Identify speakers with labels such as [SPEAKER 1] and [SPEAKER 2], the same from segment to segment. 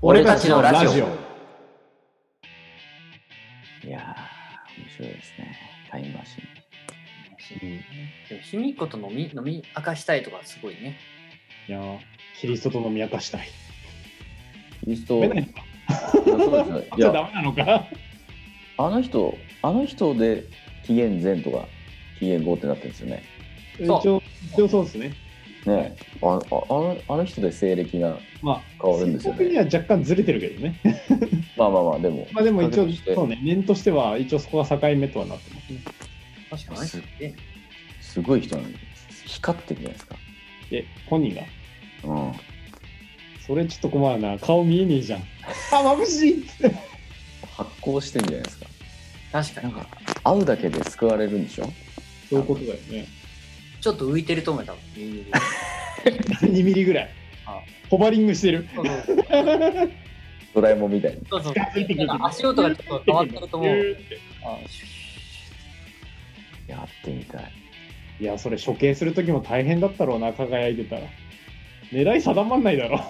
[SPEAKER 1] 俺たちのラジオ。
[SPEAKER 2] いやー、面白いですね。タイムマシン。
[SPEAKER 3] でも卑弥呼と飲み飲み明かしたいとかすごいね。
[SPEAKER 1] いやーキリストと飲み明かしたい。
[SPEAKER 2] キリスト、
[SPEAKER 1] ダ
[SPEAKER 2] い
[SPEAKER 1] メな
[SPEAKER 2] や
[SPEAKER 1] のか
[SPEAKER 2] そうですねい
[SPEAKER 1] じゃあ
[SPEAKER 2] や、
[SPEAKER 1] ダメなのか
[SPEAKER 2] あの人、あの人で紀元前とか紀元後ってなってるんですよね。
[SPEAKER 1] 一応、一応そうですね。
[SPEAKER 2] ねえあああのあの人で西暦が
[SPEAKER 1] まあ、
[SPEAKER 2] 変わるんですよ
[SPEAKER 1] 正確に
[SPEAKER 2] ね。
[SPEAKER 1] は若干ずれてるけどね。
[SPEAKER 2] まあまあまあ、でも、
[SPEAKER 1] まあでも一応
[SPEAKER 2] 比較して、
[SPEAKER 1] そうね、年としては一応そこが境目とはなってますね。
[SPEAKER 3] 確か
[SPEAKER 2] す
[SPEAKER 3] にね。
[SPEAKER 2] すごい人なんです。光ってるじゃないですか。
[SPEAKER 1] え、本人が。
[SPEAKER 2] うん。
[SPEAKER 1] それちょっと困るな。顔見えねえじゃん。あ、眩しいっつって。
[SPEAKER 2] 発光してるんじゃないですか。
[SPEAKER 3] 確か
[SPEAKER 2] なん
[SPEAKER 3] に。
[SPEAKER 2] か、会うだけで救われるんでしょ
[SPEAKER 1] そういうことだよね。
[SPEAKER 3] ちょっと浮いてると思うよ多分。耳に
[SPEAKER 1] 2ミリぐらい
[SPEAKER 3] あ。
[SPEAKER 1] ホバリングしてる。
[SPEAKER 3] そうそう
[SPEAKER 2] ドラえもんみたいに。
[SPEAKER 3] そうそう
[SPEAKER 1] 近づいてくる
[SPEAKER 3] なんか足音がちょっと変わってると 思う。あ
[SPEAKER 2] やってみたい。
[SPEAKER 1] いや、それ処刑するときも大変だったろうな、輝いてたら。狙い定まんないだろ。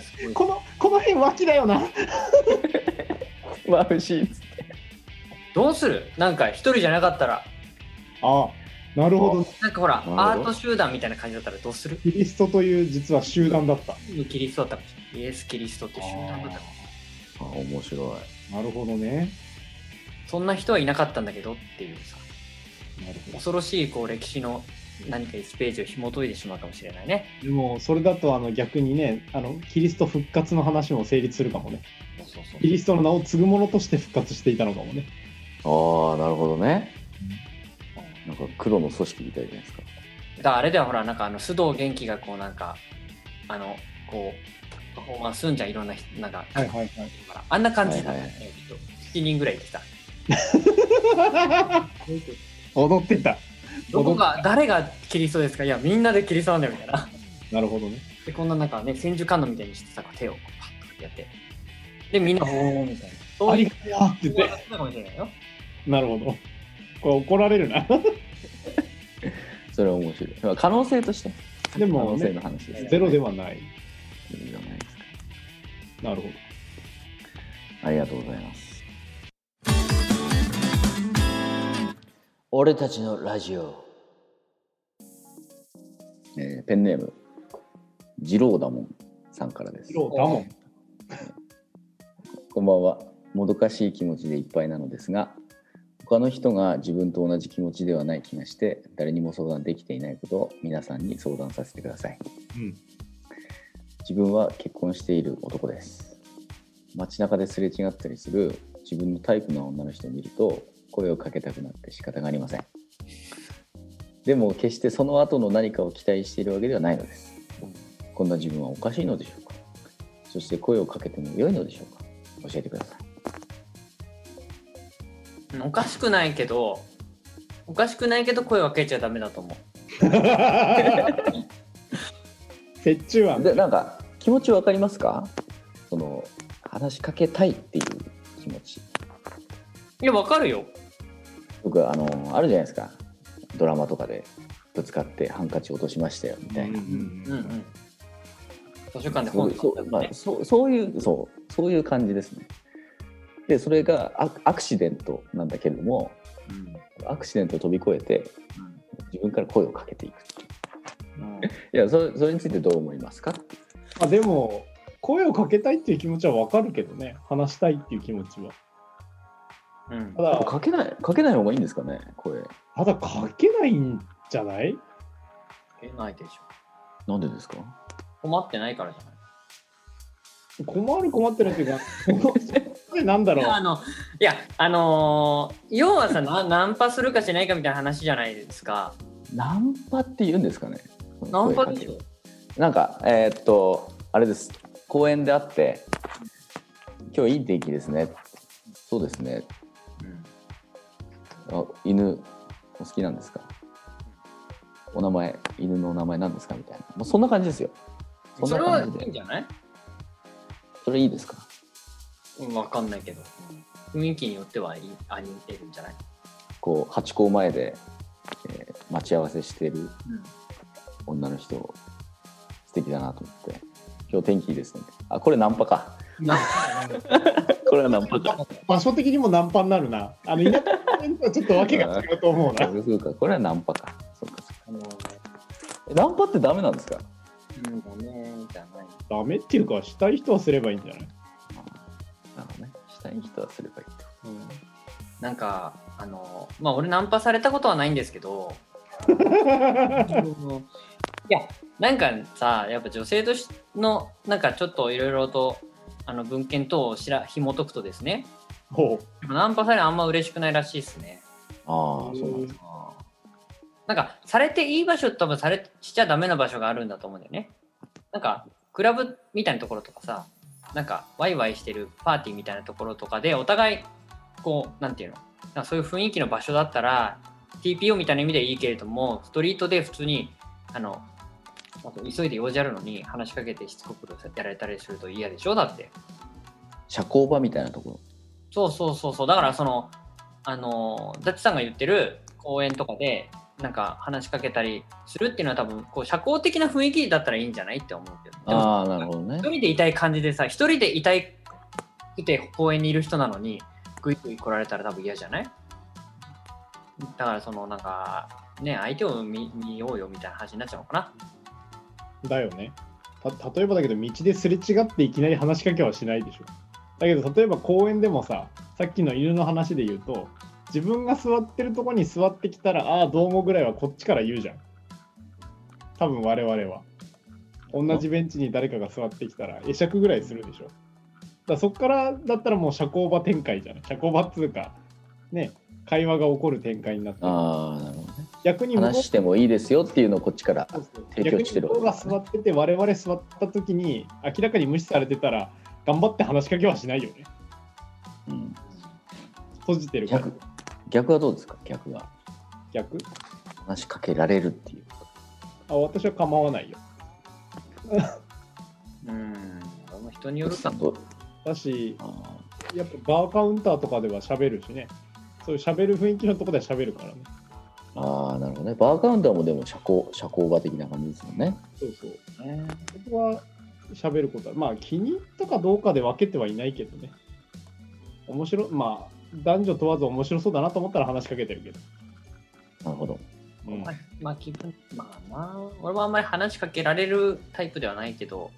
[SPEAKER 3] すごい
[SPEAKER 1] この、この辺脇だよな。
[SPEAKER 2] 眩しいっつって
[SPEAKER 3] どうするなんか一人じゃなかったら、
[SPEAKER 1] あ、なるほど。
[SPEAKER 3] なんかほら、
[SPEAKER 2] なるほど
[SPEAKER 3] アート集団みたいな感じだったらどうする
[SPEAKER 1] キリストという実は集団だった。
[SPEAKER 3] キリストだったかもしれない。イエス・キリストっていう集団だったかもしれない
[SPEAKER 2] あ、面白
[SPEAKER 1] なるほどね。
[SPEAKER 3] そんな人はいなかったんだけどっていうさ、
[SPEAKER 1] なるほど。
[SPEAKER 3] 恐ろしいこう歴史の何か1ページを紐解いてしまうかもしれないね。
[SPEAKER 1] でも、それだとあの逆にね、あのキリスト復活の話も成立するかもね。
[SPEAKER 3] そうそうそう
[SPEAKER 1] キリストの名を継ぐ者として復活していたのかもね。
[SPEAKER 2] い。ああ、なるほどね。なんか黒の組織みたいじゃないですか。
[SPEAKER 3] だからあれではほらなんかあの須藤元気がこうなんかあのこうパフォーマンスすんじゃんいろんな人なんか、
[SPEAKER 1] はいはい はい。
[SPEAKER 3] あんな感じだった
[SPEAKER 2] はい
[SPEAKER 3] ね、きっと7人ぐらいできた
[SPEAKER 1] 踊ってた。
[SPEAKER 3] どこが誰がキリストですかいやみんなでキリストなんだよみたいな
[SPEAKER 1] なるほどね。
[SPEAKER 3] でこんななんかね千手観音みたいにしてさこう手をこうパッとやってでみんなおおみたいなそ
[SPEAKER 1] あ
[SPEAKER 3] うい
[SPEAKER 1] り
[SPEAKER 3] う
[SPEAKER 1] がとうよって言って。
[SPEAKER 3] そうかもしれないよ
[SPEAKER 1] なるほど。これ怒られる な。
[SPEAKER 2] それは面白い。まあ可能性として。
[SPEAKER 1] で
[SPEAKER 2] 可
[SPEAKER 1] も、
[SPEAKER 2] 能性
[SPEAKER 1] ね、
[SPEAKER 2] の話です、
[SPEAKER 1] ゼロではない。
[SPEAKER 2] いいじゃないですか。
[SPEAKER 1] なるほど。
[SPEAKER 2] ありがとうございます。俺たちのラジオ。えーペンネーム、ジローダモンさんからです。
[SPEAKER 1] ローダモン。
[SPEAKER 2] こんばんは。もどかしい気持ちでいっぱいなのですが、他の人が自分と同じ気持ちではない気がして、誰にも相談できていないことを皆さんに相談させてください。
[SPEAKER 1] うん。
[SPEAKER 2] 自分は結婚している男です街中ですれ違ったりする自分のタイプの女の人を見ると声をかけたくなって仕方がありませんでも決してその後の何かを期待しているわけではないのですこんな自分はおかしいのでしょうかそして声をかけても良いのでしょうか教えてください
[SPEAKER 3] おかしくないけどおかしくないけど声をかけちゃダメだと思う
[SPEAKER 1] 折衷案。
[SPEAKER 2] でなんか気持ちわかりますかその話しかけたいっていう気持ち
[SPEAKER 3] いやわかるよ
[SPEAKER 2] 僕あのあるじゃないですかドラマとかでぶつかってハンカチ落としましたよみたいな、
[SPEAKER 3] うんうん図書館で
[SPEAKER 2] そう
[SPEAKER 3] 本
[SPEAKER 2] そ
[SPEAKER 3] とか
[SPEAKER 2] う
[SPEAKER 3] ね
[SPEAKER 2] まあ、そうそういうそうそういう感じですねでそれがアアクシデントなんだけれどもアクシデントを飛び越えて自分から声をかけていくいやそれそれについてどう思いますか
[SPEAKER 1] まあでも、声をかけたいっていう気持ちはわかるけどね。話したいっていう気持ちは。
[SPEAKER 3] うん
[SPEAKER 1] ただ、
[SPEAKER 2] かけないかけない方がいいんですかね声
[SPEAKER 1] ただかけないんじゃない
[SPEAKER 3] えないでしょ
[SPEAKER 2] なんでですか
[SPEAKER 3] 困ってないからじゃない
[SPEAKER 1] 困る困ってるっていうか、 これなんだろ
[SPEAKER 3] いやあ
[SPEAKER 1] う。
[SPEAKER 3] のいやあのー要はさなナンパするかしないかみたいな話じゃないですか
[SPEAKER 2] ナンパって言うんですかね
[SPEAKER 3] ナンパ
[SPEAKER 2] 声か
[SPEAKER 3] で
[SPEAKER 2] け
[SPEAKER 3] し
[SPEAKER 2] る
[SPEAKER 3] ょ
[SPEAKER 2] なんかえーっとあれです公園で会って「今日いい天気ですね」そうですね
[SPEAKER 3] うん
[SPEAKER 2] あ犬お好きなんですかお名前犬のお名前なんですかみたいなもうそんな感じですよそん
[SPEAKER 3] そ
[SPEAKER 2] な
[SPEAKER 3] れは
[SPEAKER 2] 感じ
[SPEAKER 3] いいん
[SPEAKER 2] で
[SPEAKER 3] じゃない
[SPEAKER 2] それいいですか
[SPEAKER 3] うんわかんないけど雰囲気によってはいいありえるんじゃない、
[SPEAKER 2] こうハチ公前で、えー待ち合わせしてる女の人素敵だなと思って今日天気いいですね。あ、これナンパか。
[SPEAKER 1] な
[SPEAKER 2] これはナンパか。
[SPEAKER 1] 場所的にもナンパになるな。あの田舎とはちょっと訳が違うと思うな。
[SPEAKER 2] そうか、これはナンパか。そうか、そうか
[SPEAKER 3] あの
[SPEAKER 2] えナンパってダメなんですか
[SPEAKER 3] うんだねじゃない
[SPEAKER 1] ダメっていうか、したい人はすればいいんじゃない、
[SPEAKER 2] なるほどね。したい人はすればいいと。
[SPEAKER 3] なんかあのまあ俺ナンパされたことはないんですけ どいやなんかさやっぱ女性としのなんかちょっといろいろとあの文献等をしら紐解くとですね
[SPEAKER 1] ほ
[SPEAKER 3] やっぱナンパされるのあんま嬉しくないらしいですね
[SPEAKER 1] う
[SPEAKER 2] ああ、そうなんだ。
[SPEAKER 3] なんかされていい場所と多分されしちゃダメな場所があるんだと思うんだよねなんかクラブみたいなところとかさなんかワイワイしてるパーティーみたいなところとかでお互いこうなんていうのなんかそういう雰囲気の場所だったら TPO みたいな意味ではいいけれどもストリートで普通にあのなんか急いで用事あるのに話しかけてしつこくやられたりすると嫌でしょだって
[SPEAKER 2] 社交場みたいなところ。
[SPEAKER 3] そうそうそうそうだからそのあのダッチさんが言ってる公園とかでなんか話しかけたりするっていうのは多分こう社交的な雰囲気だったらいいんじゃないって思うけどでも
[SPEAKER 2] ああ、なるほどね
[SPEAKER 3] 一。人でいたい感じでさ一人でいたいくて公園にいる人なのにグイグイ来られたら多分嫌じゃないだからそのなんかね相手を見見ようよみたいな話になっちゃうのかな
[SPEAKER 1] う。だよね。た例えばだけど、道ですれ違っていきなり話しかけはしないでしょ。だけど、例えば公園でもさ、さっきの犬の話で言うと、自分が座ってるとこに座ってきたら、ああ、どうもぐらいはこっちから言うじゃん。多分我々は。同じベンチに誰かが座ってきたら、会釈ぐらいするでしょ。だからそこからだったらもう社交場展開じゃない。社交場っつうか、ね、会話が起こる展開になって、
[SPEAKER 2] ああ、なるほどね。
[SPEAKER 1] 逆に向こう
[SPEAKER 2] 話してもいいですよっていうのをこっちから。提供してる
[SPEAKER 1] 逆に向こ
[SPEAKER 2] わけですね
[SPEAKER 1] うが座ってて我々座った時に明らかに無視されてたら頑張って話しかけはしないよね
[SPEAKER 2] うん、
[SPEAKER 1] 閉じてるから
[SPEAKER 2] 逆逆はどうですか逆は。
[SPEAKER 1] 逆
[SPEAKER 2] 話しかけられるっていう。
[SPEAKER 1] あ私は構わないよ
[SPEAKER 3] うん俺も人によ
[SPEAKER 2] よ
[SPEAKER 3] るか
[SPEAKER 2] どう
[SPEAKER 1] だし
[SPEAKER 2] あー
[SPEAKER 1] やっぱバーカウンターとかでは喋るしねそういう喋る雰囲気のとこでは喋るからね
[SPEAKER 2] あー、なるほどね。バーカウンターもでも社交社交場的な感じですもんね。
[SPEAKER 1] そうそう
[SPEAKER 3] ね
[SPEAKER 1] そこは喋ることはまあ気に入ったかどうかで分けてはいないけどね面白いまあ男女問わず面白そうだなと思ったら話しかけてるけど、
[SPEAKER 2] なるほど。
[SPEAKER 1] うん
[SPEAKER 3] まあ、まあ、気分、まあな、俺もあんまり話しかけられるタイプではないけど、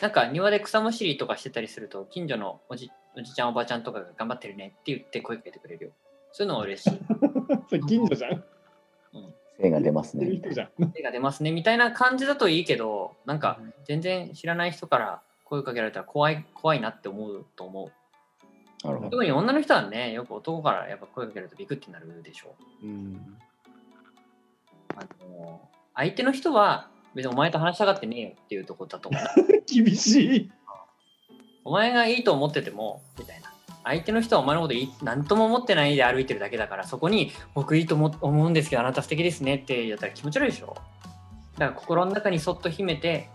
[SPEAKER 3] なんか庭で草むしりとかしてたりすると、近所のおじおじちゃん、おばちゃんとかが頑張ってるねって言って声かけてくれるよ。そういうのは嬉しい。
[SPEAKER 1] それ近所じゃん
[SPEAKER 2] 精が出ます
[SPEAKER 1] そういう
[SPEAKER 2] ね。
[SPEAKER 1] 人じゃん
[SPEAKER 3] 手が出ますねみたいな感じだといいけど、なんか全然知らない人から声かけられたら怖い怖いなって思うと思う。
[SPEAKER 2] なるほど。
[SPEAKER 3] 特に女の人はね、よく男からやっぱ声かけるとビクってなるでしょ。
[SPEAKER 1] うん
[SPEAKER 3] あの相手の人は別にお前と話したがってねえよっていうとこだと思う。
[SPEAKER 1] 厳しい
[SPEAKER 3] お前がいいと思ってても、みたいな。相手の人はお前のこといい何とも思ってないで歩いてるだけだから、そこに僕いいと思思うんですけど、あなた素敵ですねって言ったら気持ち悪いでしょ。だから心の中にそっと秘めて、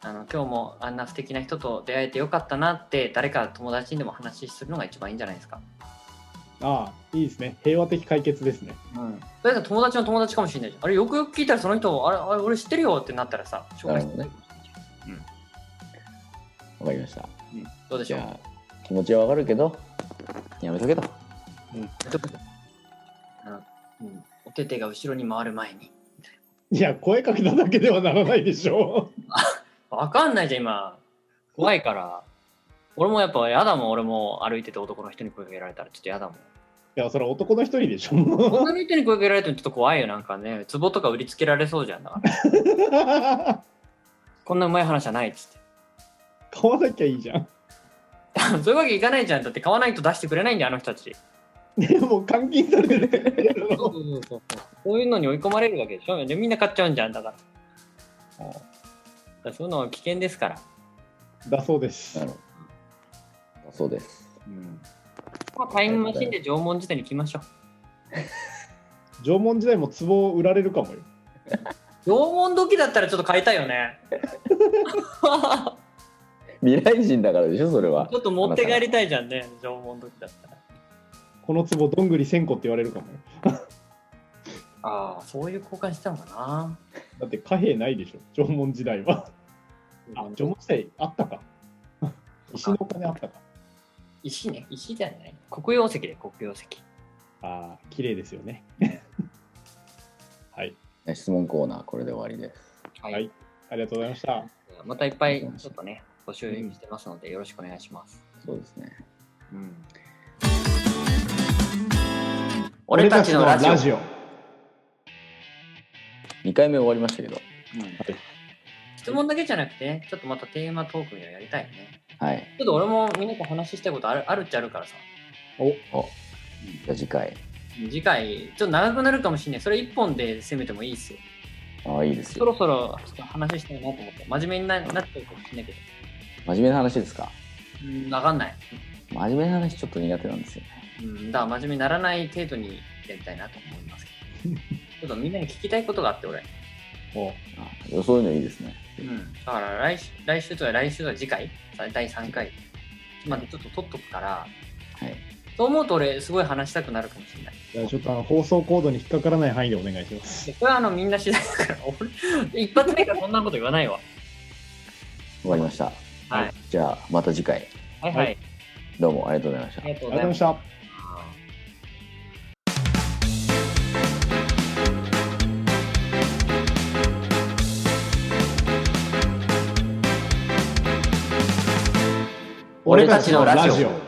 [SPEAKER 3] あの今日もあんな素敵な人と出会えてよかったなって誰か友達にでも話しするのが一番いいんじゃないですか。
[SPEAKER 1] ああ、いいですね。平和的解決ですね。
[SPEAKER 3] うん。それが友達の友達かもしれないじゃん。あれよくよく聞いたらその人、あれ、あれ俺知ってるよってなったらさ、紹介して
[SPEAKER 2] なるわかりました。
[SPEAKER 3] どうでし
[SPEAKER 2] じ
[SPEAKER 3] ょう。
[SPEAKER 2] ゃあ気持ちはわかるけど、やめとけと。
[SPEAKER 3] あのうん、お手手が後ろに回る前に。
[SPEAKER 1] いや、声かけただけではならないでしょ
[SPEAKER 3] わかんないじゃん、今。怖いから。俺もやっぱやだもん、俺も歩いてて男の人に声かけられたらちょっとやだもん。
[SPEAKER 1] う。いや、それは男の一人でしょ。
[SPEAKER 3] 女の人に声かけられてもちょっと怖いよ、なんかね。壺とか売りつけられそうじゃん。だからこんなうまい話じゃないっつって。
[SPEAKER 1] 買わなきゃいいじゃん。
[SPEAKER 3] そういうわけいかないじゃん。だって買わないと出してくれないんだよ、あの人たち。
[SPEAKER 1] でも監禁されて
[SPEAKER 3] そう
[SPEAKER 1] る。
[SPEAKER 3] そうそうそうそういうのに追い込まれるわけでしょ。でみんな買っちゃうんじゃん、だから。うんだからそういうのは危険ですから。
[SPEAKER 1] だそうです
[SPEAKER 2] な。るほど。そうです。
[SPEAKER 3] まあ、タイムマシンで縄文時代に行きましょう。
[SPEAKER 1] 縄文時代も壺を売られるかもよ。
[SPEAKER 3] 縄文時だったらちょっと買いたいよ ね。
[SPEAKER 2] 未来人だからでしょそれは
[SPEAKER 3] ち。ょっと持って帰りたいじゃんね、縄文時だったら。
[SPEAKER 1] この壺、どんぐり1000個って言われるかもよ。
[SPEAKER 3] ああ、そういう交換したのかな。
[SPEAKER 1] だって貨幣ないでしょ、縄文時代は。あ、除毛剤あったか。石のお金あったか。
[SPEAKER 3] 石ね、石じゃない。黒曜石で黒曜石。
[SPEAKER 1] ああ、綺麗ですよね。 はい、
[SPEAKER 2] ね質問コーナー、これで終わりです。
[SPEAKER 3] は
[SPEAKER 1] はいありがとうございました。
[SPEAKER 3] またいっぱいちょっとね、募集してますので、よろしくお願いします。
[SPEAKER 2] そうですね。
[SPEAKER 3] うん
[SPEAKER 1] 俺
[SPEAKER 3] 俺
[SPEAKER 1] た
[SPEAKER 3] た
[SPEAKER 1] ち
[SPEAKER 3] ち
[SPEAKER 1] の
[SPEAKER 3] の
[SPEAKER 1] ラ
[SPEAKER 3] ラジオ。
[SPEAKER 1] ジオ。
[SPEAKER 2] 2回目終わりましたけど、
[SPEAKER 3] 質問だけじゃなくてね、ちょっとまたテーマトークみたいなのやりたいよね。
[SPEAKER 2] はい。
[SPEAKER 3] ちょっと俺もみんなと話したいことあるあるっちゃあるからさ。
[SPEAKER 2] じゃあ次回。
[SPEAKER 3] 次回、ちょっと長くなるかもしれない。それ一本で攻めてもいいっすよ。
[SPEAKER 2] ああ、いいです
[SPEAKER 3] そ
[SPEAKER 2] よ。
[SPEAKER 3] ろそろちょっと話したいなと思って、真面目にななってるかもしれないけど。
[SPEAKER 2] 真面目な話ですか
[SPEAKER 3] うん、わかんない。
[SPEAKER 2] 真面目な話ちょっと苦手なんですよね。
[SPEAKER 3] うん、だから真面目にならない程度にやりたいなと思いますけど。ちょっとみんなに聞きたいことがあって、俺。
[SPEAKER 1] お
[SPEAKER 2] ああそういうのいいですね。
[SPEAKER 3] うん、だから来週来週とか来週とか次回第3回までちょっと取っとくから
[SPEAKER 2] はい。
[SPEAKER 3] そう思うと俺すごい話したくなるかもしれない
[SPEAKER 1] じゃあちょっとあの放送コードに引っかからない範囲でお願いします。
[SPEAKER 3] でこれはあのみんな次第だから 俺一発目からそんなこと言わないわ
[SPEAKER 2] 終わりました。
[SPEAKER 3] はい
[SPEAKER 1] は
[SPEAKER 2] じゃあ、また次回。
[SPEAKER 3] はい
[SPEAKER 1] は
[SPEAKER 3] はいい、
[SPEAKER 2] どうもありがとうございました
[SPEAKER 3] あ。りがと
[SPEAKER 1] あ
[SPEAKER 3] う
[SPEAKER 1] りがと
[SPEAKER 3] ございう
[SPEAKER 1] ご
[SPEAKER 3] まし
[SPEAKER 1] ざいました。
[SPEAKER 3] た俺たちのラジオ